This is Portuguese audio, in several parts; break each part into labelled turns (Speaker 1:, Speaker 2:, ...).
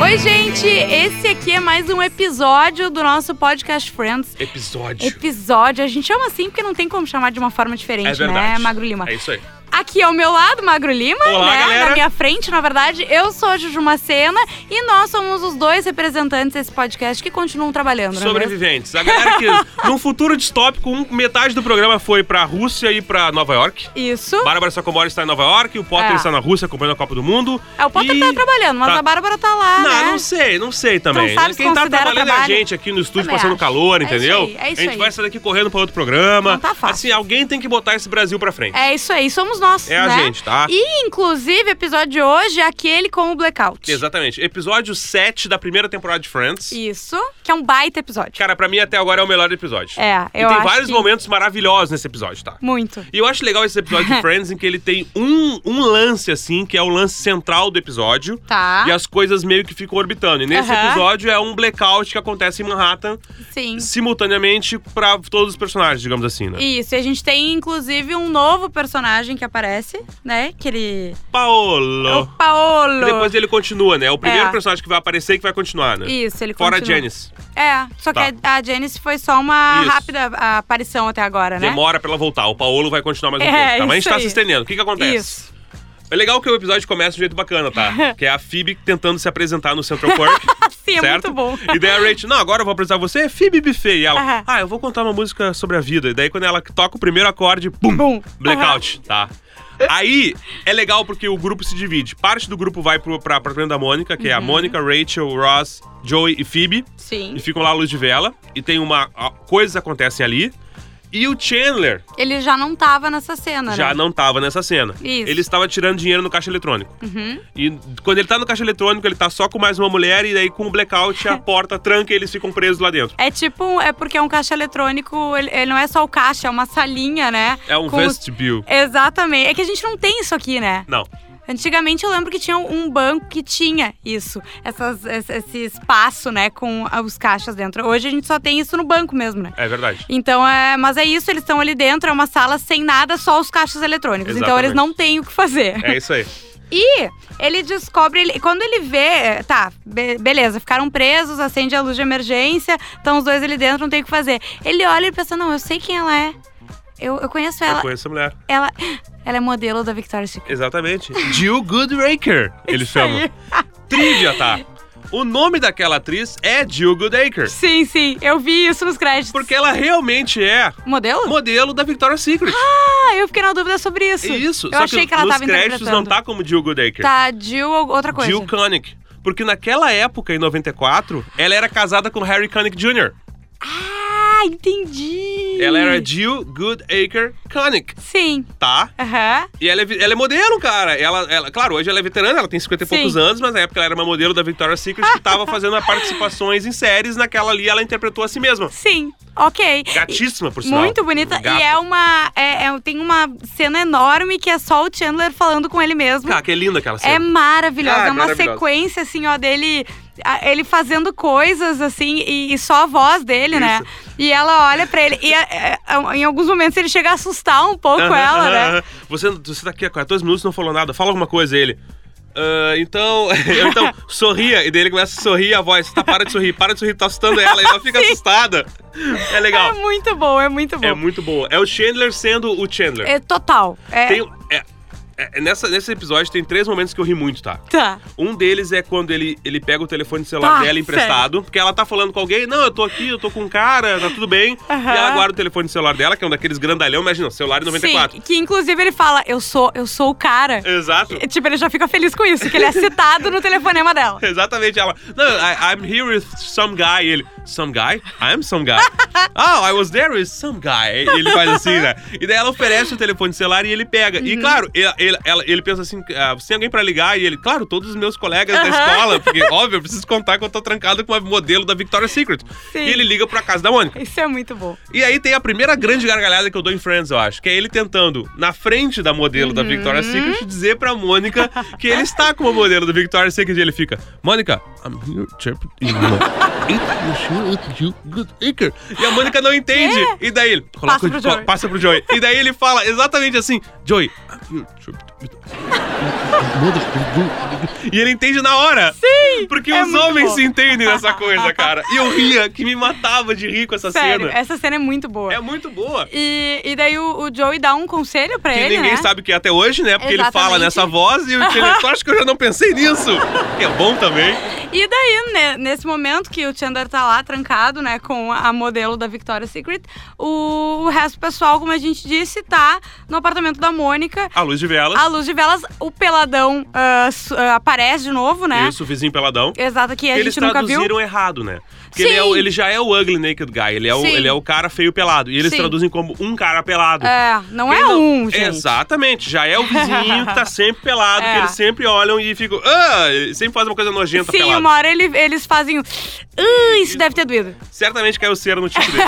Speaker 1: Oi, gente! Esse aqui é mais um episódio do nosso Podcast Friends.
Speaker 2: Episódio.
Speaker 1: Episódio, a gente chama assim porque não tem como chamar de uma forma diferente,
Speaker 2: É
Speaker 1: né,
Speaker 2: verdade.
Speaker 1: Magro Lima?
Speaker 2: É isso aí.
Speaker 1: Aqui ao meu lado, Magro Lima,
Speaker 2: Olá,
Speaker 1: né?
Speaker 2: galera.
Speaker 1: Na minha frente, na verdade, eu sou a Juju Macena e nós somos os dois representantes desse podcast que continuam trabalhando, né?
Speaker 2: Sobreviventes. A galera que, num futuro distópico, um- metade do programa foi pra Rússia e pra Nova York.
Speaker 1: Isso.
Speaker 2: Bárbara Sacomori está em Nova York, o Potter
Speaker 1: É.
Speaker 2: está na Rússia acompanhando a Copa do Mundo.
Speaker 1: É, o Potter
Speaker 2: e...
Speaker 1: tá trabalhando, mas
Speaker 2: tá-
Speaker 1: a Bárbara tá lá,
Speaker 2: Não,
Speaker 1: né?
Speaker 2: não sei, não sei também.
Speaker 1: Não sabe se
Speaker 2: Quem tá
Speaker 1: considera
Speaker 2: trabalhando é a
Speaker 1: trabalho?
Speaker 2: gente aqui no estúdio
Speaker 1: Também
Speaker 2: passando
Speaker 1: acho.
Speaker 2: calor,
Speaker 1: É isso
Speaker 2: entendeu?
Speaker 1: aí, é isso
Speaker 2: a gente
Speaker 1: aí.
Speaker 2: vai sair daqui correndo pra outro programa.
Speaker 1: Não tá fácil.
Speaker 2: Assim, alguém tem que botar esse Brasil pra frente.
Speaker 1: É isso aí, somos nós,
Speaker 2: É a
Speaker 1: né?
Speaker 2: gente, tá?
Speaker 1: E, inclusive, o episódio de hoje é aquele com o blackout.
Speaker 2: Exatamente. Episódio 7 da primeira temporada de Friends.
Speaker 1: Isso, que é um baita episódio.
Speaker 2: Cara, pra mim até agora é o melhor episódio.
Speaker 1: É,
Speaker 2: e
Speaker 1: eu
Speaker 2: tem
Speaker 1: acho
Speaker 2: vários
Speaker 1: que-
Speaker 2: momentos maravilhosos nesse episódio, tá?
Speaker 1: Muito.
Speaker 2: E eu acho legal esse episódio de Friends em que ele tem um, um lance, assim, que é o lance central do episódio.
Speaker 1: Tá.
Speaker 2: E as coisas meio que ficam orbitando. E nesse
Speaker 1: Aham.
Speaker 2: episódio é um blackout que acontece em Manhattan
Speaker 1: Sim.
Speaker 2: simultaneamente pra todos os personagens, digamos assim, né?
Speaker 1: Isso, e a gente tem inclusive um novo personagem que aparece, né? Que ele. É o
Speaker 2: Paolo.
Speaker 1: Paolo.
Speaker 2: Depois ele continua, né? É o primeiro
Speaker 1: É.
Speaker 2: personagem que vai aparecer e que vai continuar, né?
Speaker 1: Isso, ele
Speaker 2: Fora
Speaker 1: continua.
Speaker 2: a Janice.
Speaker 1: É, só
Speaker 2: Tá.
Speaker 1: que a a Janice foi só uma
Speaker 2: Isso.
Speaker 1: rápida a- aparição até agora, né?
Speaker 2: Demora pra ela voltar. O Paolo vai continuar mais um
Speaker 1: É,
Speaker 2: pouco, tá? Mas a gente
Speaker 1: isso
Speaker 2: tá
Speaker 1: aí.
Speaker 2: se estendendo. O que que acontece?
Speaker 1: Isso.
Speaker 2: É legal que o episódio começa de um jeito bacana, tá? que é a Phoebe tentando se apresentar no Central Park.
Speaker 1: Sim, é
Speaker 2: certo?
Speaker 1: muito bom.
Speaker 2: E daí a Rachel, não, agora eu vou apresentar você, é Phoebe Buffet. E ela,
Speaker 1: Aham.
Speaker 2: ah, eu vou contar uma música sobre a vida. E daí quando ela toca o primeiro acorde, pum,
Speaker 1: Bum.
Speaker 2: blackout, tá? Aí é legal porque o grupo se divide. Parte do grupo vai pro, pra apartamento da Mônica, que é a Mônica, Rachel, Ross, Joey e Phoebe.
Speaker 1: Uhum. Sim.
Speaker 2: E ficam lá à luz de vela. E tem uma. a- coisas acontecem ali. E o Chandler
Speaker 1: Ele já não tava nessa cena,
Speaker 2: já
Speaker 1: né?
Speaker 2: não tava nessa cena.
Speaker 1: Isso. Uhum.
Speaker 2: Ele estava tirando dinheiro no caixa eletrônico. E quando ele tá no caixa eletrônico, ele tá só com mais uma mulher e daí com o blackout a porta tranca e eles ficam presos lá dentro.
Speaker 1: É tipo, um- é porque é um caixa eletrônico, ele, ele não é só o caixa, é uma salinha, né?
Speaker 2: É um
Speaker 1: Com os-
Speaker 2: vestibule.
Speaker 1: Exatamente. É que a gente não tem isso aqui, né?
Speaker 2: Não.
Speaker 1: Antigamente eu lembro que tinha um banco que tinha isso, essas- esse esse espaço, né, com os caixas dentro. Hoje a gente só tem isso no banco mesmo, né?
Speaker 2: É verdade.
Speaker 1: Então, é, mas é isso, eles estão ali dentro, é uma sala sem nada, só os caixas eletrônicos. Então
Speaker 2: Exatamente.
Speaker 1: eles não têm o que fazer.
Speaker 2: É isso aí.
Speaker 1: E ele descobre, ele- quando ele vê, é, tá, be- beleza, ficaram presos, acende a luz de emergência, estão os dois ali dentro, não tem o que fazer. Ele olha e pensa, não, eu sei quem ela é. Eu, eu conheço
Speaker 2: Eu
Speaker 1: ela.
Speaker 2: conheço essa mulher.
Speaker 1: Ela, ela é modelo da Victoria's Secret.
Speaker 2: Exatamente. Jill Goodraker, eles chamam. Trivia, tá? O nome daquela atriz é Jill Goodraker.
Speaker 1: Sim, sim, eu vi isso nos créditos.
Speaker 2: Porque ela realmente é
Speaker 1: Modelo?
Speaker 2: modelo da Victoria's Secret.
Speaker 1: Ah, eu fiquei na dúvida sobre isso.
Speaker 2: É isso.
Speaker 1: Eu
Speaker 2: Só
Speaker 1: achei que,
Speaker 2: que
Speaker 1: ela
Speaker 2: nos
Speaker 1: tava
Speaker 2: créditos
Speaker 1: interpretando.
Speaker 2: não tá como Jill Goodraker.
Speaker 1: Tá, Jill ou outra coisa.
Speaker 2: Jill Connick. Porque naquela época, em 94, ela era casada com Harry Connick Jr.
Speaker 1: Ah, entendi.
Speaker 2: Ela era Jill Goodacre Connick,
Speaker 1: Sim.
Speaker 2: tá?
Speaker 1: Aham.
Speaker 2: E ela é, vi- ela é modelo, cara. Ela, ela- claro, hoje ela é veterana, ela tem 50 e
Speaker 1: Sim.
Speaker 2: poucos anos, mas na época ela era uma modelo da Victoria's Secret que tava fazendo participações em séries. Naquela ali, ela interpretou a si mesma.
Speaker 1: Sim. Ok.
Speaker 2: Gatíssima, por sinal.
Speaker 1: Muito bonita.
Speaker 2: Gata.
Speaker 1: E é uma. é- é- tem uma cena enorme que é só o Chandler falando com ele mesmo.
Speaker 2: Cara, Ah, que linda aquela
Speaker 1: É
Speaker 2: cena.
Speaker 1: maravilhosa.
Speaker 2: Ah,
Speaker 1: é uma
Speaker 2: maravilhosa.
Speaker 1: sequência, assim, ó, dele. a- Ele fazendo coisas, assim, e, e só a voz dele, né? E ela olha pra ele. E é, é, em alguns momentos ele chega a assustar um pouco
Speaker 2: Aham,
Speaker 1: ela, né?
Speaker 2: aham. Você, você tá aqui há 14 minutos não falou nada, fala alguma coisa aí ele. "Ah, então, eu, então, sorria, e daí ele começa a sorrir a voz, tá, para de sorrir, para de sorrir, tá assustando ela, e ela fica assustada. É legal.
Speaker 1: É muito bom, é muito bom.
Speaker 2: É muito boa. É o Chandler sendo o Chandler.
Speaker 1: É total. É,
Speaker 2: Tem- é- é- nessa, nesse episódio tem três momentos que eu ri muito, tá?
Speaker 1: Tá.
Speaker 2: Um deles é quando ele, ele pega o telefone celular
Speaker 1: Tá,
Speaker 2: dela emprestado, porque ela tá falando com alguém, não, eu tô aqui, eu tô com um cara, tá tudo bem.
Speaker 1: Aham.
Speaker 2: E ela guarda o telefone celular dela, que é um daqueles grandalhão, imagina, celular de 94.
Speaker 1: Sim, que inclusive ele fala, eu sou, eu sou o cara.
Speaker 2: Exato.
Speaker 1: E, Tipo, ele já fica feliz com isso, que ele é citado no telefonema dela.
Speaker 2: Exatamente, ela. Não, I, I'm here with some guy. E ele, some guy? I'm some guy. oh, I was there with some guy. E ele faz assim, né? E daí ela oferece o telefone celular e ele pega.
Speaker 1: Uhum.
Speaker 2: E claro, ele, ele, ela- ele pensa assim: ah, você tem alguém pra ligar? E ele, claro, todos os meus colegas da
Speaker 1: Aham.
Speaker 2: escola, porque, óbvio, eu preciso contar que eu tô trancado com uma modelo da Victoria's Secret.
Speaker 1: Sim.
Speaker 2: E ele liga pra casa da Mônica.
Speaker 1: Isso é muito bom.
Speaker 2: E aí tem a primeira grande gargalhada que eu dou em Friends, eu acho, que é ele tentando, na frente da modelo
Speaker 1: Uhum.
Speaker 2: da Victoria's Secret, dizer pra Mônica que ele está com uma modelo da Victoria's Secret e ele fica, Mônica, I'm here chirping in my eat you good acre." E a Mônica não entende. E daí ele coloca
Speaker 1: Passa pro
Speaker 2: o- co-
Speaker 1: Joey.
Speaker 2: passa pro Joey. E daí ele fala exatamente assim, Joey, I'm here chirping in my mother- E ele entende na hora.
Speaker 1: Sim,
Speaker 2: Porque
Speaker 1: É
Speaker 2: os
Speaker 1: muito
Speaker 2: homens
Speaker 1: bom.
Speaker 2: se entendem nessa coisa, cara. E eu ria, que me matava de rir com essa
Speaker 1: Sério,
Speaker 2: cena.
Speaker 1: essa cena é muito boa.
Speaker 2: É muito boa.
Speaker 1: E, e daí o, o Joey dá um conselho pra
Speaker 2: Que
Speaker 1: ele,
Speaker 2: ninguém
Speaker 1: né?
Speaker 2: sabe que é até hoje, né? Porque ele fala
Speaker 1: Exatamente.
Speaker 2: nessa voz e o Chandler, tu acha que eu já não pensei nisso? Que é bom também.
Speaker 1: E daí, né, nesse momento que o Chandler tá lá trancado, né, com a modelo da Victoria's Secret, o, o resto do pessoal, como a gente disse, tá no apartamento da Mônica.
Speaker 2: A luz de velas.
Speaker 1: A luz de velas, o peladão ah, su- ah, aparece de novo, né?
Speaker 2: Isso, o vizinho peladão.
Speaker 1: Exato, que a
Speaker 2: eles
Speaker 1: gente nunca viu.
Speaker 2: traduziram errado, né? Porque ele, é o-
Speaker 1: Sim.
Speaker 2: ele já é o ugly naked guy, ele é o,
Speaker 1: Sim.
Speaker 2: ele é o cara feio pelado. E eles
Speaker 1: Sim.
Speaker 2: traduzem como um cara pelado.
Speaker 1: É, não
Speaker 2: Quem
Speaker 1: é um, gente.
Speaker 2: Exatamente, já é o vizinho que tá sempre pelado,
Speaker 1: É.
Speaker 2: que eles sempre olham e ficam. Ah! Ele Sempre faz uma coisa nojenta
Speaker 1: Sim,
Speaker 2: tá pelado.
Speaker 1: uma hora ele- eles fazem. o, "Ah, isso deve ter doído.
Speaker 2: Certamente caiu cera no tipo dele.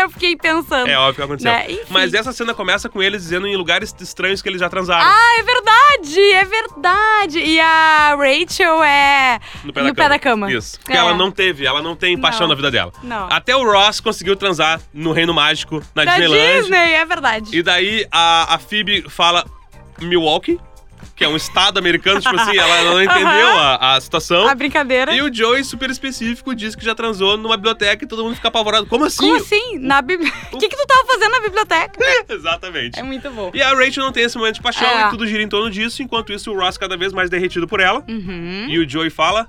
Speaker 1: Eu fiquei pensando.
Speaker 2: é óbvio que aconteceu.
Speaker 1: Né, enfim.
Speaker 2: Mas essa cena começa com eles dizendo em lugares estranhos que eles já transaram.
Speaker 1: Ah, é verdade, é verdade. E a Rachel é
Speaker 2: No pé, da, cama. Isso. Porque ela
Speaker 1: É.
Speaker 2: não teve, ela não tem paixão
Speaker 1: Não.
Speaker 2: na vida dela.
Speaker 1: Não.
Speaker 2: Até o Ross conseguiu transar no Reino Mágico, na,
Speaker 1: da
Speaker 2: Disneyland.
Speaker 1: Disney, é verdade.
Speaker 2: E daí a, a Phoebe fala Milwaukee, que é um estado americano, tipo assim, ela não entendeu a, a situação.
Speaker 1: A brincadeira.
Speaker 2: E o Joey, super específico, diz que já transou numa biblioteca e todo mundo fica apavorado. Como assim?
Speaker 1: Como assim? Na biblioteca. O que, que tu tava fazendo na biblioteca?
Speaker 2: Exatamente.
Speaker 1: É muito bom.
Speaker 2: E a Rachel não tem esse momento de paixão
Speaker 1: É.
Speaker 2: e tudo gira em torno disso, enquanto isso o Ross cada vez mais derretido por ela.
Speaker 1: Uhum.
Speaker 2: E o Joey fala,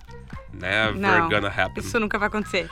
Speaker 2: never
Speaker 1: Não,
Speaker 2: gonna happen.
Speaker 1: Isso nunca vai acontecer.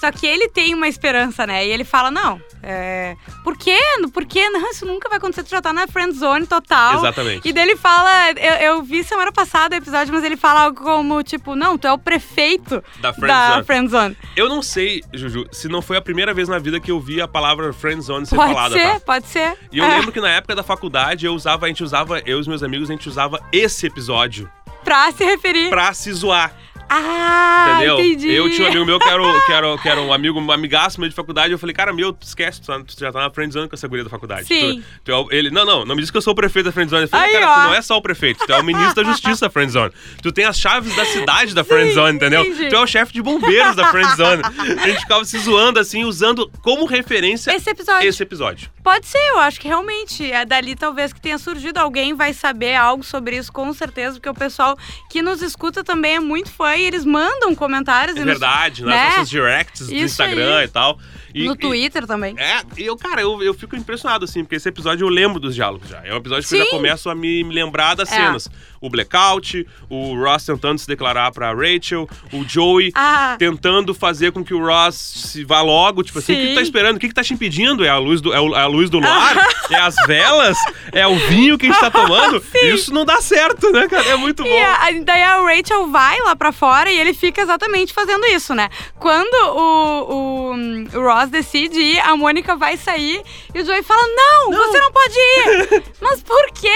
Speaker 1: Só que ele tem uma esperança, né? E ele fala: não, é... por quê? Por quê? Não, isso nunca vai acontecer. Tu já tá na friend zone total.
Speaker 2: Exatamente.
Speaker 1: E daí ele fala, eu, eu vi semana passada o episódio, mas ele fala algo como, tipo, não, tu é o prefeito
Speaker 2: Da friend
Speaker 1: da
Speaker 2: zone.
Speaker 1: friendzone.
Speaker 2: Eu não sei, Juju, se não foi a primeira vez na vida que eu vi a palavra friendzone ser
Speaker 1: Pode
Speaker 2: falada,
Speaker 1: ser,
Speaker 2: tá?
Speaker 1: pode ser.
Speaker 2: E eu
Speaker 1: É,
Speaker 2: lembro que na época da faculdade eu usava, a gente usava, eu e os meus amigos, a gente usava esse episódio
Speaker 1: Pra se referir.
Speaker 2: pra se zoar,
Speaker 1: Ah,
Speaker 2: entendeu?
Speaker 1: entendi.
Speaker 2: Eu tinha um amigo meu que era, o- que era, que era um amigo, um amigaço meu de faculdade, eu falei, cara, meu, tu esquece, tu, tá- tu já tá na friendzone com essa guria da faculdade.
Speaker 1: Sim.
Speaker 2: Tu- tu é o- ele, não, não, não me diz que eu sou o prefeito da friendzone. Eu falei,
Speaker 1: Aí,
Speaker 2: cara,
Speaker 1: ó.
Speaker 2: tu não é só o prefeito, tu é o ministro da justiça da friendzone. Tu tem as chaves da cidade da friendzone, entendeu?
Speaker 1: entendi.
Speaker 2: Tu é o chefe de bombeiros da friendzone. A gente ficava se zoando, assim, usando como referência
Speaker 1: Esse episódio.
Speaker 2: esse episódio.
Speaker 1: Pode ser, eu acho que realmente. É dali talvez que tenha surgido. Alguém vai saber algo sobre isso, com certeza, porque o pessoal que nos escuta também é muito fã e eles mandam comentários.
Speaker 2: É
Speaker 1: e nos-
Speaker 2: verdade, nas
Speaker 1: né?
Speaker 2: nossas directs do
Speaker 1: Isso
Speaker 2: Instagram
Speaker 1: aí.
Speaker 2: e tal. E-
Speaker 1: no
Speaker 2: e-
Speaker 1: Twitter também.
Speaker 2: É, e eu, cara, eu, eu fico impressionado, assim, porque esse episódio eu lembro dos diálogos já. É um episódio que eu já
Speaker 1: Sim.
Speaker 2: começo a me, me lembrar das
Speaker 1: É.
Speaker 2: cenas. O blackout, o Ross tentando se declarar pra Rachel, o Joey
Speaker 1: Ah,
Speaker 2: tentando fazer com que o Ross se vá logo. Tipo assim, o que
Speaker 1: Sim.
Speaker 2: que tá esperando? O que, que tá te impedindo? É a luz do, é o- é a luz do lar? é as velas? É o vinho que a gente tá tomando? Isso não dá certo, né, cara? É muito bom.
Speaker 1: E a, a- daí a Rachel vai lá pra fora e ele fica exatamente fazendo isso, né? Quando o, o, hum, o Ross decide ir, a Mônica vai sair e o Joey fala: Não, você não pode ir! Mas por quê?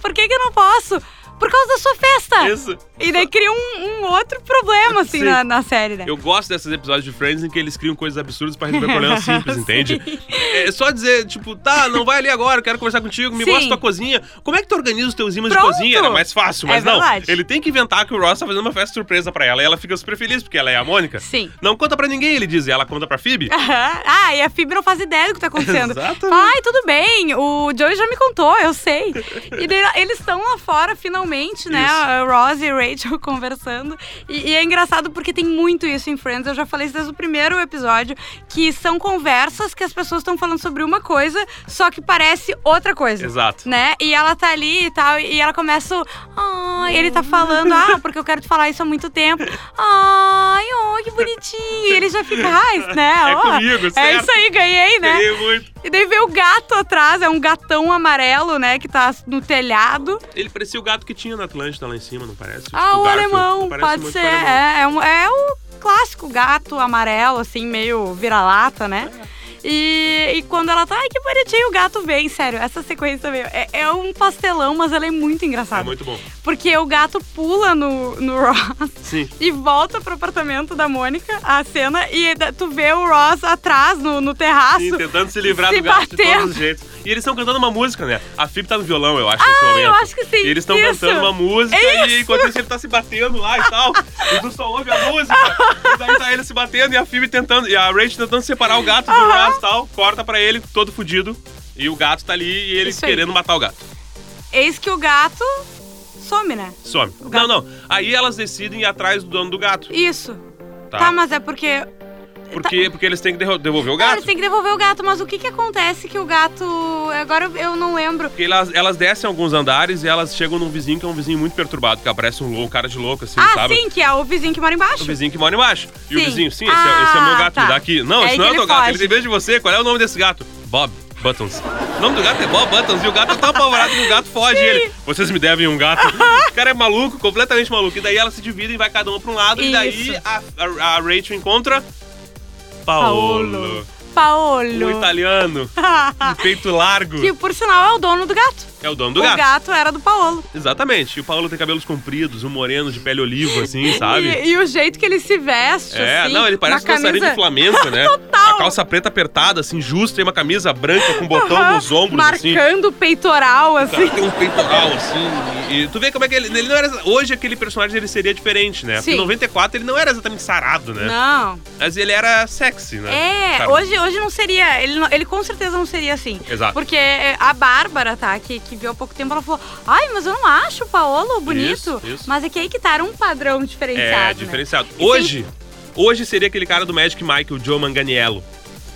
Speaker 1: Por que, que eu não posso? Por causa da sua festa!
Speaker 2: Isso.
Speaker 1: E daí cria um, um outro problema, assim,
Speaker 2: Sim.
Speaker 1: na, na série, né?
Speaker 2: Eu gosto desses episódios de Friends em que eles criam coisas absurdas pra resolver problemas simples, entende? É só dizer, tipo, tá, não vai ali agora, eu quero conversar contigo, me
Speaker 1: Sim.
Speaker 2: mostra tua cozinha. Como é que tu organiza os teus ímãs de
Speaker 1: Pronto.
Speaker 2: cozinha? Era mais fácil,
Speaker 1: É
Speaker 2: mas não.
Speaker 1: verdade.
Speaker 2: Ele tem que inventar que o Ross tá fazendo uma festa surpresa pra ela e ela fica super feliz porque ela é a Mônica.
Speaker 1: Sim.
Speaker 2: Não conta pra ninguém, ele diz, e ela conta pra Phoebe.
Speaker 1: Aham. Ah, e a Phoebe não faz ideia do que tá acontecendo.
Speaker 2: Exatamente.
Speaker 1: Ai, tudo bem, o Joey já me contou, eu sei. E daí eles estão lá fora, finalmente, né?
Speaker 2: Isso.
Speaker 1: A Ross e Rachel conversando. E, e é engraçado porque tem muito isso em Friends. Eu já falei isso desde o primeiro episódio, que são conversas que as pessoas estão falando sobre uma coisa, só que parece outra coisa.
Speaker 2: Exato.
Speaker 1: Né? E ela tá ali e tal, e ela começa. o, Ah, e ele tá falando, ah, porque eu quero te falar isso há muito tempo. Ai, oh, que bonitinho. E ele já fica, ai, né?
Speaker 2: É
Speaker 1: ó,
Speaker 2: comigo,
Speaker 1: é
Speaker 2: certo?
Speaker 1: isso aí, ganhei, né?
Speaker 2: Ganhei muito.
Speaker 1: E daí vem o gato atrás, é um gatão amarelo, né? Que tá no telhado.
Speaker 2: Ele parecia o gato que tinha na Atlântida lá em cima, não parece?
Speaker 1: Ah,
Speaker 2: Tipo,
Speaker 1: o
Speaker 2: Garfield.
Speaker 1: alemão,
Speaker 2: Parece
Speaker 1: pode
Speaker 2: muito
Speaker 1: ser.
Speaker 2: com o alemão.
Speaker 1: É, é, um- é o clássico gato amarelo, assim, meio vira-lata, né?
Speaker 2: É.
Speaker 1: E, e quando ela tá, ai que bonitinho, o gato vem, sério, essa sequência meio. É, é um pastelão, mas ela é muito engraçada.
Speaker 2: É muito bom.
Speaker 1: Porque o gato pula no, no Ross
Speaker 2: Sim.
Speaker 1: e volta pro apartamento da Mônica, a cena, e da- tu vê o Ross atrás no, no terraço.
Speaker 2: Sim, tentando se livrar
Speaker 1: se
Speaker 2: do gato de
Speaker 1: batendo.
Speaker 2: todos os jeitos. E eles estão cantando uma música, né? A Phoebe tá no violão, eu acho, nesse
Speaker 1: Ah,
Speaker 2: momento.
Speaker 1: eu acho que sim.
Speaker 2: E eles estão
Speaker 1: isso.
Speaker 2: cantando uma música
Speaker 1: É
Speaker 2: e enquanto isso ele tá se batendo lá e tal. E tu só ouve a música. e daí tá ele se batendo e a Phoebe tentando. E a Rachel tentando separar o gato do
Speaker 1: Aham.
Speaker 2: Ross e tal. Corta pra ele, todo fudido. E o gato tá ali e ele
Speaker 1: Isso aí.
Speaker 2: querendo matar o gato.
Speaker 1: Eis que o gato some, né?
Speaker 2: Some.
Speaker 1: gato.
Speaker 2: Não, não. Aí elas decidem ir atrás do dono do gato.
Speaker 1: Isso.
Speaker 2: Tá.
Speaker 1: tá mas é porque
Speaker 2: Porque, porque eles têm que derro- devolver o
Speaker 1: Não,
Speaker 2: gato.
Speaker 1: eles têm que devolver o gato, mas o que que acontece que o gato... Agora eu- eu não lembro.
Speaker 2: Porque elas, elas descem alguns andares e elas chegam num vizinho que é um vizinho muito perturbado, que aparece um, lou- um cara de louco, assim,
Speaker 1: ah,
Speaker 2: sabe?
Speaker 1: sim, que é o vizinho que mora embaixo.
Speaker 2: O vizinho que mora embaixo. E o
Speaker 1: Sim.
Speaker 2: vizinho, sim, esse, é,
Speaker 1: Ah,
Speaker 2: esse é o meu gato,
Speaker 1: tá.
Speaker 2: me dá aqui. Não,
Speaker 1: É
Speaker 2: esse
Speaker 1: aí
Speaker 2: não é o
Speaker 1: que
Speaker 2: teu
Speaker 1: ele
Speaker 2: gato,
Speaker 1: foge.
Speaker 2: ele tem medo de você. Qual é o nome desse gato? Bob Buttons. O nome do gato é Bob Buttons e o gato tá apavorado que o gato foge. E ele, vocês me devem um gato. o cara é maluco, completamente maluco. E daí elas se dividem, vai cada uma pra um lado. E daí
Speaker 1: Isso.
Speaker 2: a, a- a Rachel encontra Paolo,
Speaker 1: Paolo.
Speaker 2: um italiano, um peito largo.
Speaker 1: que, por sinal, é o dono do gato.
Speaker 2: É o dono do
Speaker 1: o
Speaker 2: gato.
Speaker 1: gato. era do Paolo.
Speaker 2: Exatamente. E o Paulo tem cabelos compridos, um moreno de pele oliva, assim, sabe?
Speaker 1: E, e o jeito que ele se veste,
Speaker 2: É,
Speaker 1: assim,
Speaker 2: não, ele parece um
Speaker 1: uma camisa...
Speaker 2: dançarino de flamenco, né?
Speaker 1: Total.
Speaker 2: A calça preta apertada, assim, justa, tem uma camisa branca com botão
Speaker 1: Aham,
Speaker 2: Então, nos ombros, assim.
Speaker 1: Marcando o peitoral, assim.
Speaker 2: Cara, Tem um peitoral, assim. E, e tu vê como é que ele. ele não era, hoje aquele personagem ele seria diferente, né? Porque em
Speaker 1: Sim.
Speaker 2: 94 ele não era exatamente sarado, né?
Speaker 1: Não.
Speaker 2: Mas ele era sexy, né?
Speaker 1: É,
Speaker 2: Cara,
Speaker 1: hoje, hoje não seria. Ele, não- ele com certeza não seria assim.
Speaker 2: Exato.
Speaker 1: Porque a Bárbara, tá, que, que viu há pouco tempo, ela falou: Ai, mas eu não acho o Paolo bonito.
Speaker 2: Isso, isso.
Speaker 1: Mas é que aí que tá era um padrão diferenciado.
Speaker 2: É,
Speaker 1: né?
Speaker 2: diferenciado.
Speaker 1: E
Speaker 2: Hoje. Hoje seria aquele cara do Magic Mike, o Joe Manganiello.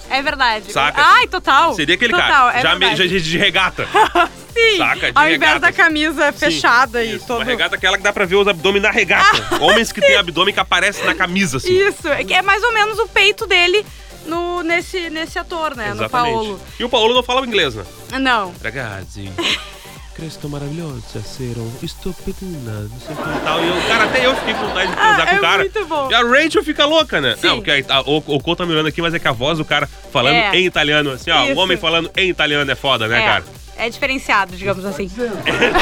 Speaker 1: É verdade.
Speaker 2: Saca?
Speaker 1: Ai, total.
Speaker 2: Seria aquele
Speaker 1: total,
Speaker 2: cara.
Speaker 1: É
Speaker 2: já, me-
Speaker 1: verdade.
Speaker 2: já de regata.
Speaker 1: Sim,
Speaker 2: Saca? De
Speaker 1: ao invés
Speaker 2: regata, assim.
Speaker 1: da camisa fechada e
Speaker 2: Isso,
Speaker 1: todo. Ah!
Speaker 2: Uma regata aquela que dá pra ver os abdômen na regata. Homens que têm abdômen que aparece na camisa, assim.
Speaker 1: Isso, é que é mais ou menos o peito dele no, nesse, nesse ator, né? No Paolo.
Speaker 2: E o Paolo não fala inglês, né?
Speaker 1: Não.
Speaker 2: Ragazzi, cresto maravilhoso, acero, estupendo, não sei o que e tal. E eu, cara, até eu fiquei com vontade de transar
Speaker 1: Ah,
Speaker 2: com o
Speaker 1: é
Speaker 2: cara.
Speaker 1: muito bom.
Speaker 2: E a Rachel fica louca, né?
Speaker 1: Sim.
Speaker 2: Não, porque a- a- o, o Cole tá me olhando aqui, mas é que a voz do cara falando
Speaker 1: É.
Speaker 2: em italiano, assim, ó. O
Speaker 1: Isso.
Speaker 2: homem falando em italiano é foda, né, cara?
Speaker 1: é diferenciado, digamos assim.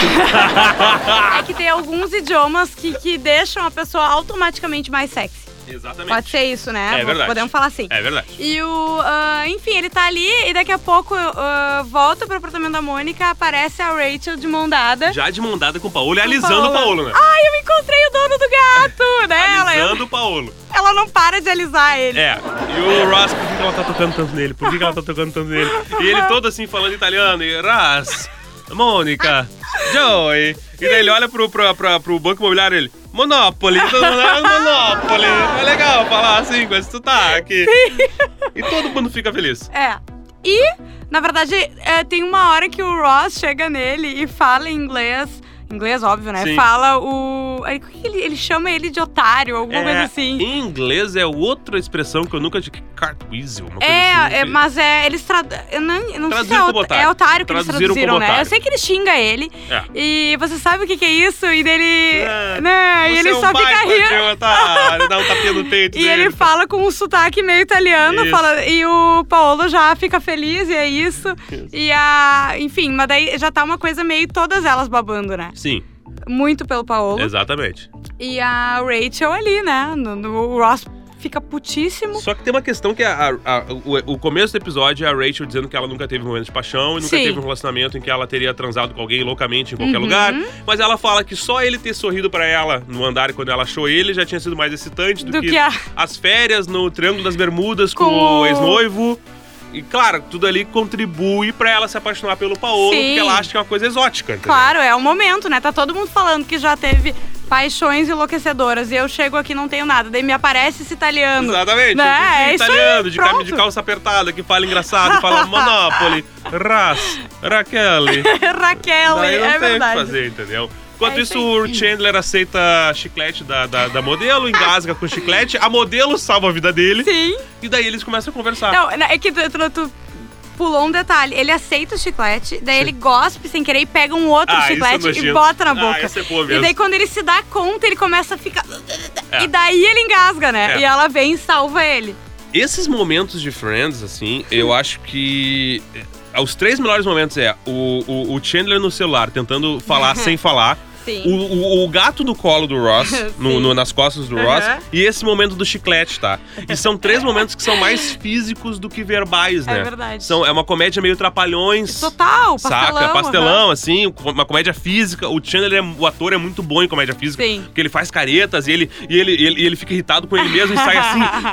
Speaker 1: é que tem alguns idiomas que, que deixam a pessoa automaticamente mais sexy.
Speaker 2: Exatamente.
Speaker 1: Pode ser isso, né?
Speaker 2: É verdade.
Speaker 1: Podemos falar assim.
Speaker 2: É verdade.
Speaker 1: E o. ah, enfim, ele tá ali e daqui a pouco ah, volta pro apartamento da Mônica, aparece a Rachel de mão dada.
Speaker 2: Já de mão dada com o Paolo e alisando o Paolo, né?
Speaker 1: Ai, eu encontrei o dono do gato, né? Ah, Ela,
Speaker 2: Alisando o Paolo.
Speaker 1: ela não para de alisar ele.
Speaker 2: É, e o Ross, por que que ela tá tocando tanto nele? Por que que ela tá tocando tanto nele? E ele todo assim, falando italiano, e Ross, Mônica, Joey. E daí ele olha pro, pra- pra- pro banco imobiliário e ele, Monopoly, todo mundo, "Ah, Monopoly. É legal falar assim com esse sotaque. E todo mundo fica feliz.
Speaker 1: É. E, na verdade, é, tem uma hora que o Ross chega nele e fala em inglês. Inglês, óbvio, né?
Speaker 2: Sim.
Speaker 1: Fala o. aí, o que que Ele, ele chama ele de otário, alguma coisa
Speaker 2: É,
Speaker 1: assim.
Speaker 2: Em inglês é outra expressão que eu nunca tive. Cartweasel, uma coisa assim.
Speaker 1: É, é,
Speaker 2: não sei.
Speaker 1: mas é, eles trad... eu não, eu não sei se
Speaker 2: Traduziram
Speaker 1: é,
Speaker 2: como
Speaker 1: ot...
Speaker 2: otário.
Speaker 1: é otário que eles
Speaker 2: Traduziram como
Speaker 1: traduziram, né?
Speaker 2: otário.
Speaker 1: Eu sei que ele xinga ele.
Speaker 2: É.
Speaker 1: E você sabe o que, que é isso? E dele.
Speaker 2: É,
Speaker 1: né? E
Speaker 2: Você
Speaker 1: ele
Speaker 2: é um
Speaker 1: só fica
Speaker 2: baita
Speaker 1: rindo.
Speaker 2: idiota, Dá um tapinha no peito
Speaker 1: E
Speaker 2: dele.
Speaker 1: ele fala com um sotaque meio italiano,
Speaker 2: Isso.
Speaker 1: fala, e o Paolo já fica feliz, e é isso. E a. Enfim, mas daí já tá uma coisa meio todas elas babando, né?
Speaker 2: Sim,
Speaker 1: Muito pelo Paolo.
Speaker 2: exatamente.
Speaker 1: E a Rachel ali, né? No, no- o Ross fica putíssimo.
Speaker 2: Só que tem uma questão que é a- a- a- o, o começo do episódio é a Rachel dizendo que ela nunca teve um momento de paixão e nunca
Speaker 1: Sim. Uhum.
Speaker 2: teve um relacionamento em que ela teria transado com alguém loucamente em qualquer lugar. Mas ela fala que só ele ter sorrido pra ela no andar quando ela achou ele já tinha sido mais excitante do, é.
Speaker 1: Do que a-
Speaker 2: as férias no Triângulo das Bermudas com,
Speaker 1: Com
Speaker 2: o
Speaker 1: o-
Speaker 2: ex-noivo. E claro, tudo ali contribui pra ela se apaixonar pelo Paolo,
Speaker 1: Sim.
Speaker 2: porque ela acha que é uma coisa exótica. entendeu?
Speaker 1: Claro, é o momento, né? Tá todo mundo falando que já teve paixões enlouquecedoras. E eu chego aqui e não tenho nada. Daí me aparece esse italiano.
Speaker 2: Exatamente.
Speaker 1: Né?
Speaker 2: um vizinho
Speaker 1: É isso aí,
Speaker 2: italiano, de, cam-
Speaker 1: pronto.
Speaker 2: de calça apertada, que fala engraçado, fala Monopoly, Ras, Raquel.
Speaker 1: Raquel,
Speaker 2: Daí não
Speaker 1: é
Speaker 2: tem
Speaker 1: verdade.
Speaker 2: o que fazer, entendeu? Enquanto
Speaker 1: É
Speaker 2: isso,
Speaker 1: isso
Speaker 2: o Chandler aceita chiclete da, da, da modelo, engasga com chiclete, a modelo salva a vida dele,
Speaker 1: Sim.
Speaker 2: e daí eles começam a conversar.
Speaker 1: Não, não, é que tu, tu- tu pulou um detalhe. Ele aceita o chiclete, daí ele gospe sem querer e pega um outro
Speaker 2: Ah, isso é
Speaker 1: chiclete e
Speaker 2: nojento.
Speaker 1: bota na
Speaker 2: Ah,
Speaker 1: boca.
Speaker 2: essa é boa
Speaker 1: e
Speaker 2: mesmo.
Speaker 1: daí quando ele se dá conta, ele começa a ficar.
Speaker 2: É.
Speaker 1: E daí ele engasga, né?
Speaker 2: É.
Speaker 1: E ela vem e salva ele.
Speaker 2: Esses momentos de Friends, assim, eu acho que. eh, Os três melhores momentos é o, o, o Chandler no celular tentando falar sem falar.
Speaker 1: Uhum. Sim.
Speaker 2: O, o- o gato no colo do Ross, no,
Speaker 1: Sim.
Speaker 2: no- nas costas do
Speaker 1: Aham.
Speaker 2: Ross, e esse momento do chiclete, tá? E são três momentos que são mais físicos do que verbais,
Speaker 1: É
Speaker 2: né?
Speaker 1: verdade. É
Speaker 2: São, é uma comédia meio trapalhões.
Speaker 1: Total, pastelão.
Speaker 2: Saca?
Speaker 1: aham.
Speaker 2: Pastelão, assim, uma comédia física. O Chandler, é- o ator, é muito bom em comédia física.
Speaker 1: Sim.
Speaker 2: Porque ele faz caretas e ele, e ele, e ele, e ele fica irritado com ele mesmo e sai assim,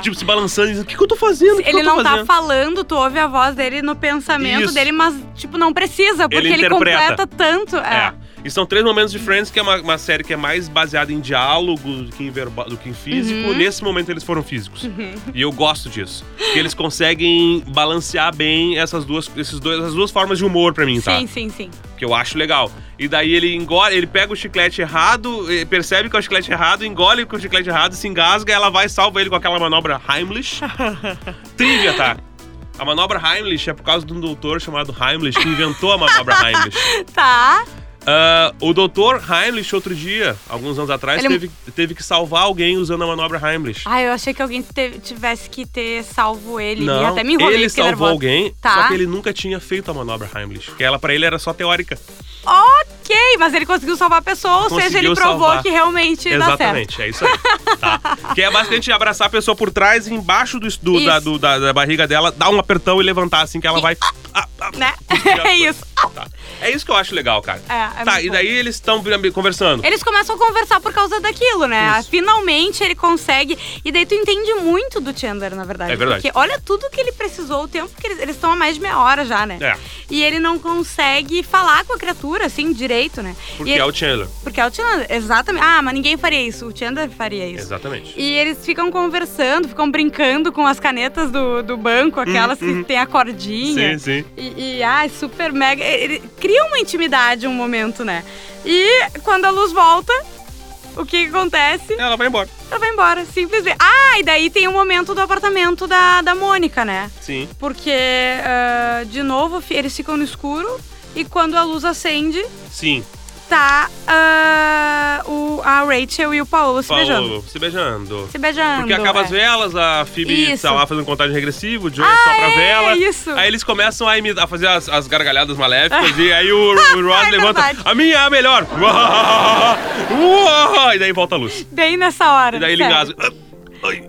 Speaker 2: tipo, se balançando e dizendo: O que, que eu tô fazendo? O que que
Speaker 1: Ele
Speaker 2: eu tô
Speaker 1: não tá
Speaker 2: fazendo?
Speaker 1: falando, tu ouve a voz dele no pensamento
Speaker 2: Isso.
Speaker 1: dele, mas, tipo, não precisa, porque ele,
Speaker 2: interpreta.
Speaker 1: completa tanto. É.
Speaker 2: É. E são três momentos de Friends, que é uma, uma série que é mais baseada em diálogo do que em, verba, do que em físico.
Speaker 1: Uhum.
Speaker 2: Nesse momento eles foram físicos. E eu gosto disso. Porque eles conseguem balancear bem essas duas, esses dois, essas duas formas de humor pra mim, tá?
Speaker 1: Sim, sim, sim.
Speaker 2: que eu acho legal. E daí ele engole, ele pega o chiclete errado, eh, percebe que é o chiclete errado, engole com o chiclete errado, se engasga, ela vai e salva ele com aquela manobra Heimlich. Trivia, tá? A manobra Heimlich é por causa de um doutor chamado Heimlich que inventou a manobra Heimlich.
Speaker 1: Tá.
Speaker 2: Ah, o doutor Heimlich, outro dia, alguns anos atrás,
Speaker 1: Ele- é um
Speaker 2: teve, teve que salvar alguém usando a manobra Heimlich.
Speaker 1: Ah, eu achei que alguém te- tivesse que ter salvo ele.
Speaker 2: Não,
Speaker 1: e até me enrolei,
Speaker 2: ele
Speaker 1: fiquei
Speaker 2: salvou
Speaker 1: nervosa.
Speaker 2: alguém,
Speaker 1: Tá.
Speaker 2: só que ele nunca tinha feito a manobra Heimlich. Porque ela, pra ele, era só teórica.
Speaker 1: Ok, mas ele conseguiu salvar a pessoa, ou seja,
Speaker 2: Conseguiu
Speaker 1: ele provou
Speaker 2: salvar.
Speaker 1: que realmente dá certo.
Speaker 2: Exatamente, é isso aí. Tá. Que é basicamente abraçar a pessoa por trás e embaixo do, do,
Speaker 1: Isso.
Speaker 2: da, do- da, da barriga dela, dar um apertão e levantar assim que ela vai. Ah, ah,
Speaker 1: Né?
Speaker 2: cuspir
Speaker 1: é
Speaker 2: a-
Speaker 1: isso.
Speaker 2: Tá. É isso que eu acho legal, cara.
Speaker 1: É, é
Speaker 2: tá,
Speaker 1: muito
Speaker 2: e
Speaker 1: bom.
Speaker 2: daí eles estão conversando.
Speaker 1: Eles começam a conversar por causa daquilo, né?
Speaker 2: Isso.
Speaker 1: Finalmente ele consegue. E daí tu entende muito do Chandler, na verdade.
Speaker 2: É verdade.
Speaker 1: Porque olha tudo que ele precisou, o tempo que eles eles estão há mais de meia hora já, né?
Speaker 2: É.
Speaker 1: E ele não consegue falar com a criatura, assim, direito, né? E
Speaker 2: Porque
Speaker 1: ele-
Speaker 2: é o Chandler.
Speaker 1: Porque é o Chandler, exatamente. Ah, mas ninguém faria isso, o Chandler faria isso.
Speaker 2: Exatamente.
Speaker 1: E eles ficam conversando, ficam brincando com as canetas do, do banco, aquelas que tem a cordinha.
Speaker 2: Sim, sim.
Speaker 1: E, e ai, super mega. Ele ele cria uma intimidade um momento, né? E quando a luz volta, o que, que acontece?
Speaker 2: Ela vai embora.
Speaker 1: Ela vai embora, simplesmente. Ah, e daí tem o momento do apartamento da, da Mônica, né?
Speaker 2: Sim.
Speaker 1: Porque, ah, de novo, fi- eles ficam no escuro e quando a luz acende,
Speaker 2: Sim.
Speaker 1: tá ah, o, a Rachel e o Paolo se beijando.
Speaker 2: Paulo, se beijando.
Speaker 1: Se beijando.
Speaker 2: Porque acaba
Speaker 1: é.
Speaker 2: as velas, a Phoebe
Speaker 1: Isso.
Speaker 2: tá lá fazendo contagem regressiva, o Joey só pra vela.
Speaker 1: É isso.
Speaker 2: Aí eles começam a, imitar, a fazer as, as gargalhadas maléficas e aí o, o Rod
Speaker 1: É
Speaker 2: levanta.
Speaker 1: verdade.
Speaker 2: A minha é a melhor! e daí volta a luz.
Speaker 1: Bem nessa hora.
Speaker 2: E daí ele
Speaker 1: sério.
Speaker 2: engasga.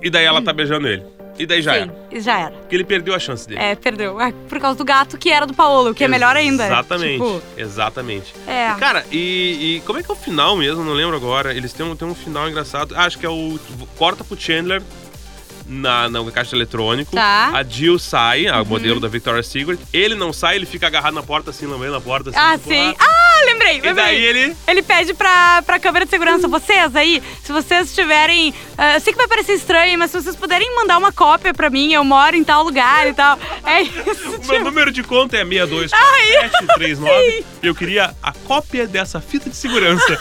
Speaker 2: E daí ela tá beijando ele. E daí já era.
Speaker 1: Sim, e já era.
Speaker 2: Porque ele perdeu a chance dele.
Speaker 1: É, perdeu. Ah, Por causa do gato que era do Paolo, que é melhor ainda.
Speaker 2: Exatamente.
Speaker 1: Tipo,
Speaker 2: Exatamente.
Speaker 1: é.
Speaker 2: E, Cara, e, e como é que é o final mesmo? Não lembro agora. Eles têm um, têm um final engraçado. Ah, acho que é o. Corta pro Chandler na, na caixa eletrônico.
Speaker 1: Tá. Uhum.
Speaker 2: A Jill sai, a modelo da Victoria's Secret. Ele não sai, ele fica agarrado na porta, assim, lambendo a porta. Assim,
Speaker 1: Ah,
Speaker 2: tipo,
Speaker 1: sim. Ah, lembrei,
Speaker 2: E
Speaker 1: lembrei.
Speaker 2: daí ele.
Speaker 1: Ele pede pra, pra câmera de segurança, vocês aí, se vocês tiverem. ah, eu sei que vai parecer estranho, mas se vocês puderem mandar uma cópia pra mim, eu moro em tal lugar e tal. É isso.
Speaker 2: O meu número de conta é 6243739. Eu queria a cópia dessa fita de segurança.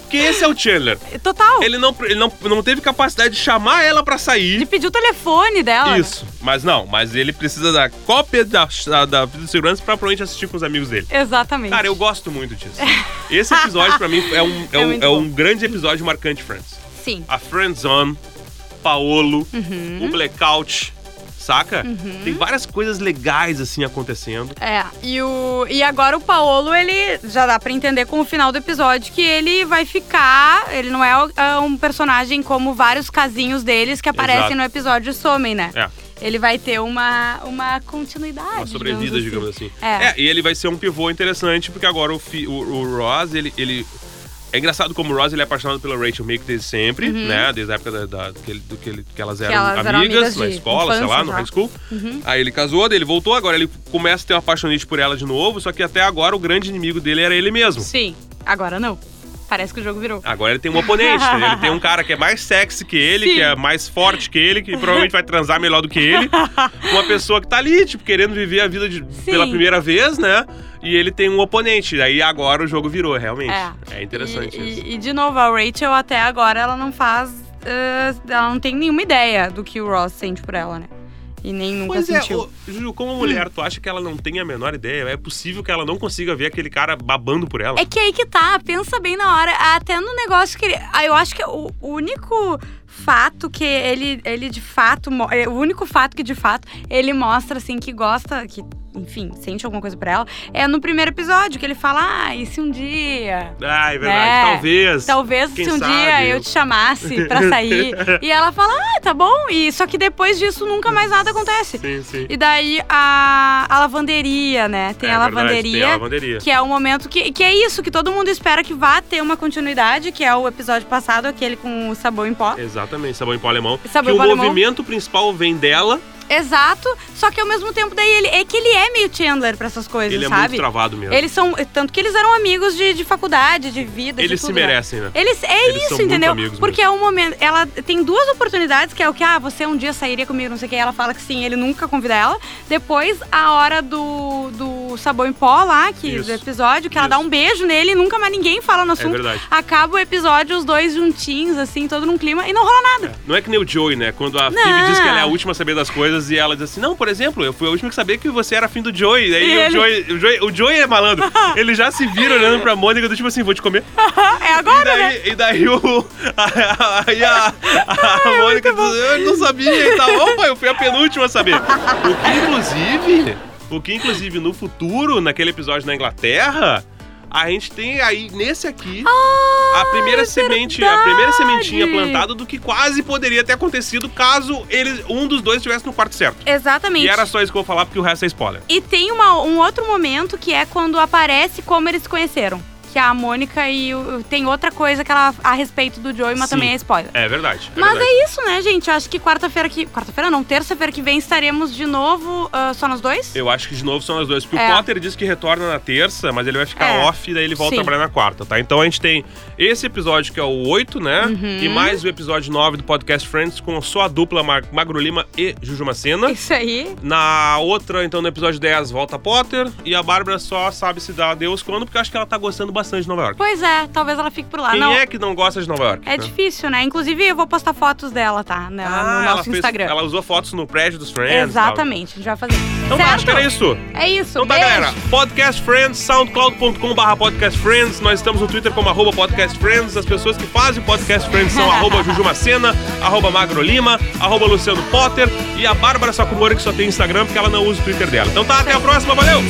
Speaker 2: Porque esse é o Chandler.
Speaker 1: Total.
Speaker 2: Ele não, ele não, não teve capacidade de chamar ela pra sair.
Speaker 1: Ele pediu o telefone dela. né?
Speaker 2: Isso. Mas não, mas ele precisa da cópia da, da, da fita de segurança pra provavelmente assistir com os amigos dele.
Speaker 1: Exatamente.
Speaker 2: Cara, eu gosto muito disso. Esse episódio, pra mim, é um, é,
Speaker 1: É
Speaker 2: um,
Speaker 1: muito
Speaker 2: é
Speaker 1: bom.
Speaker 2: um grande episódio de marcante Friends.
Speaker 1: Sim.
Speaker 2: A Friendzone, Paolo,
Speaker 1: Uhum.
Speaker 2: o Blackout, saca? Tem várias coisas legais, assim, acontecendo.
Speaker 1: É, e, o, e agora o Paolo, ele já dá pra entender com o final do episódio que ele vai ficar. Ele não é ah, um personagem como vários casinhos deles que aparecem
Speaker 2: Exato.
Speaker 1: no episódio e somem, né?
Speaker 2: É,
Speaker 1: Ele vai ter uma, uma continuidade.
Speaker 2: uma sobrevida, digamos assim.
Speaker 1: É.
Speaker 2: É, e ele vai ser um pivô interessante, porque agora o, fi, o, o Ross, ele, ele. É engraçado como o Ross ele é apaixonado pela Rachel meio que desde sempre, né? Desde a época da, da- que, ele- do que, ele- que elas eram
Speaker 1: Uhum. elas
Speaker 2: amigas,
Speaker 1: eram amigas
Speaker 2: na
Speaker 1: de
Speaker 2: escola, sei lá,
Speaker 1: infância
Speaker 2: no
Speaker 1: já.
Speaker 2: high school.
Speaker 1: uhum.
Speaker 2: Aí ele casou, daí ele voltou, agora ele começa a ter uma apaixonite por ela de novo, só que até agora o grande inimigo dele era ele mesmo.
Speaker 1: Sim, agora não. Parece que o jogo virou.
Speaker 2: Agora ele tem um oponente, entendeu? Ele tem um cara que é mais sexy que ele,
Speaker 1: Sim.
Speaker 2: que é mais forte que ele, que provavelmente vai transar melhor do que ele. Uma pessoa que tá ali, tipo, querendo viver a vida de- pela primeira vez, né? E ele tem um oponente. Aí agora o jogo virou, realmente. É, interessante
Speaker 1: e,
Speaker 2: isso.
Speaker 1: E, e, de novo, a Rachel até agora ela não faz. ah, ela não tem nenhuma ideia do que o Ross sente por ela, né? E nem nunca
Speaker 2: Pois é,
Speaker 1: sentiu.
Speaker 2: ô, Ju, como mulher,
Speaker 1: Hum.
Speaker 2: tu acha que ela não tem a menor ideia? É possível que ela não consiga ver aquele cara babando por ela?
Speaker 1: É que aí que tá, pensa bem na hora, até no negócio que ele. ah, Eu acho que o o único fato que ele, ele de fato. mo- é, O único fato que de fato ele mostra, assim, que gosta, que, enfim, sente alguma coisa pra ela, é no primeiro episódio, que ele fala, ah, e se um dia.
Speaker 2: Ah, é verdade.
Speaker 1: É.
Speaker 2: Talvez.
Speaker 1: Talvez
Speaker 2: Quem
Speaker 1: se um
Speaker 2: sabe,
Speaker 1: dia eu
Speaker 2: eu-
Speaker 1: te chamasse pra sair. e ela fala, ah, tá bom. E só que depois disso nunca mais nada acontece.
Speaker 2: Sim, sim.
Speaker 1: E daí a, a lavanderia, né? Tem
Speaker 2: É
Speaker 1: a
Speaker 2: verdade,
Speaker 1: lavanderia.
Speaker 2: Tem a lavanderia.
Speaker 1: Que é o momento que, que é isso, que todo mundo espera que vá ter uma continuidade, que é o episódio passado, aquele com o sabão em pó.
Speaker 2: Exatamente, sabão em pó alemão.
Speaker 1: Sabão
Speaker 2: que
Speaker 1: em
Speaker 2: o
Speaker 1: pó alemão.
Speaker 2: movimento principal vem dela
Speaker 1: Exato, só que ao mesmo tempo daí ele é que ele é meio Chandler pra essas coisas,
Speaker 2: Ele é
Speaker 1: sabe?
Speaker 2: muito travado mesmo.
Speaker 1: Eles são. Tanto que eles eram amigos de, de faculdade, de vida, de
Speaker 2: Eles se
Speaker 1: tudo, né?
Speaker 2: merecem, né?
Speaker 1: Eles, é
Speaker 2: Eles são
Speaker 1: isso,
Speaker 2: muito
Speaker 1: entendeu?
Speaker 2: amigos
Speaker 1: Porque é um momento. Ela tem duas oportunidades, que é o que, ah, você um dia sairia comigo, não sei o que. Ela fala que sim, ele nunca convida ela. Depois, a hora do, do sabão em pó lá, que
Speaker 2: Isso.
Speaker 1: do episódio, que ela dá
Speaker 2: Isso.
Speaker 1: um beijo nele e nunca mais ninguém fala no
Speaker 2: É
Speaker 1: assunto.
Speaker 2: verdade.
Speaker 1: Acaba o episódio, os dois juntinhos, assim, todo num clima, e não rola nada.
Speaker 2: Não é que nem o Joey, né? Quando a
Speaker 1: Não.
Speaker 2: Phoebe diz que ela é a última a saber das coisas e ela diz assim, não, por exemplo, eu fui a última que sabia que você era afim do Joey. Daí
Speaker 1: E
Speaker 2: o,
Speaker 1: ele-
Speaker 2: Joey, o, Joey, o Joey é malandro. ele já se vira olhando pra Mônica do tipo assim, vou te comer.
Speaker 1: é agora,
Speaker 2: E
Speaker 1: né?
Speaker 2: daí, e daí o. Aí a, a
Speaker 1: É
Speaker 2: Mônica diz, eu não sabia e tal. Opa, eu fui a penúltima a saber. O que inclusive. O que inclusive no futuro, naquele episódio na Inglaterra, a gente tem aí nesse aqui. A primeira
Speaker 1: é
Speaker 2: semente, a
Speaker 1: verdade.
Speaker 2: primeira sementinha plantada do que quase poderia ter acontecido caso eles, um dos dois estivesse no quarto certo.
Speaker 1: Exatamente.
Speaker 2: E era só isso que eu vou falar, porque o resto é spoiler.
Speaker 1: E tem uma- um outro momento que é quando aparece como eles se conheceram. Que a Mônica e o, tem outra coisa que ela a respeito do Joey, mas
Speaker 2: Sim.
Speaker 1: também é spoiler.
Speaker 2: É verdade.
Speaker 1: Mas
Speaker 2: verdade.
Speaker 1: é isso, né, gente? Eu acho que quarta-feira que. Quarta-feira não, terça-feira que vem estaremos de novo ah, só nós dois?
Speaker 2: Eu acho que de novo são as duas. Porque
Speaker 1: É.
Speaker 2: o Potter disse que retorna na terça, mas ele vai ficar
Speaker 1: É.
Speaker 2: off e daí ele volta
Speaker 1: Sim.
Speaker 2: a trabalhar na quarta, tá? Então a gente tem esse episódio que é o 8, né?
Speaker 1: Uhum.
Speaker 2: E mais o episódio 9 do Podcast Friends com só a dupla Ma- Magro Lima e Jujuma Sena.
Speaker 1: Isso aí.
Speaker 2: Na outra, então, no episódio 10, volta Potter. E a Bárbara só sabe se dá adeus quando, porque eu acho que ela tá gostando bastante de Nova York.
Speaker 1: Pois é, talvez ela fique por lá.
Speaker 2: Quem
Speaker 1: não.
Speaker 2: é que não gosta de Nova York?
Speaker 1: É
Speaker 2: né?
Speaker 1: difícil, né? Inclusive, eu vou postar fotos dela, tá? Né,
Speaker 2: Ah,
Speaker 1: no
Speaker 2: ela
Speaker 1: nosso
Speaker 2: fez-
Speaker 1: Instagram.
Speaker 2: Ela usou fotos no prédio dos Friends. e tal.
Speaker 1: Exatamente, a gente vai fazer.
Speaker 2: Então tá, acho
Speaker 1: certo?
Speaker 2: que era isso.
Speaker 1: É isso.
Speaker 2: Então tá,
Speaker 1: beijo.
Speaker 2: galera. Podcast Friends, soundcloud.com barra Podcast Friends. Nós estamos no Twitter como arroba Podcast Friends. As pessoas que fazem o Podcast Friends são arroba Jujumacena, arroba Magro Lima, arroba Luciano Potter e a Bárbara Sacumori, que só tem Instagram, porque ela não usa o Twitter dela. Então tá, até a próxima. Valeu!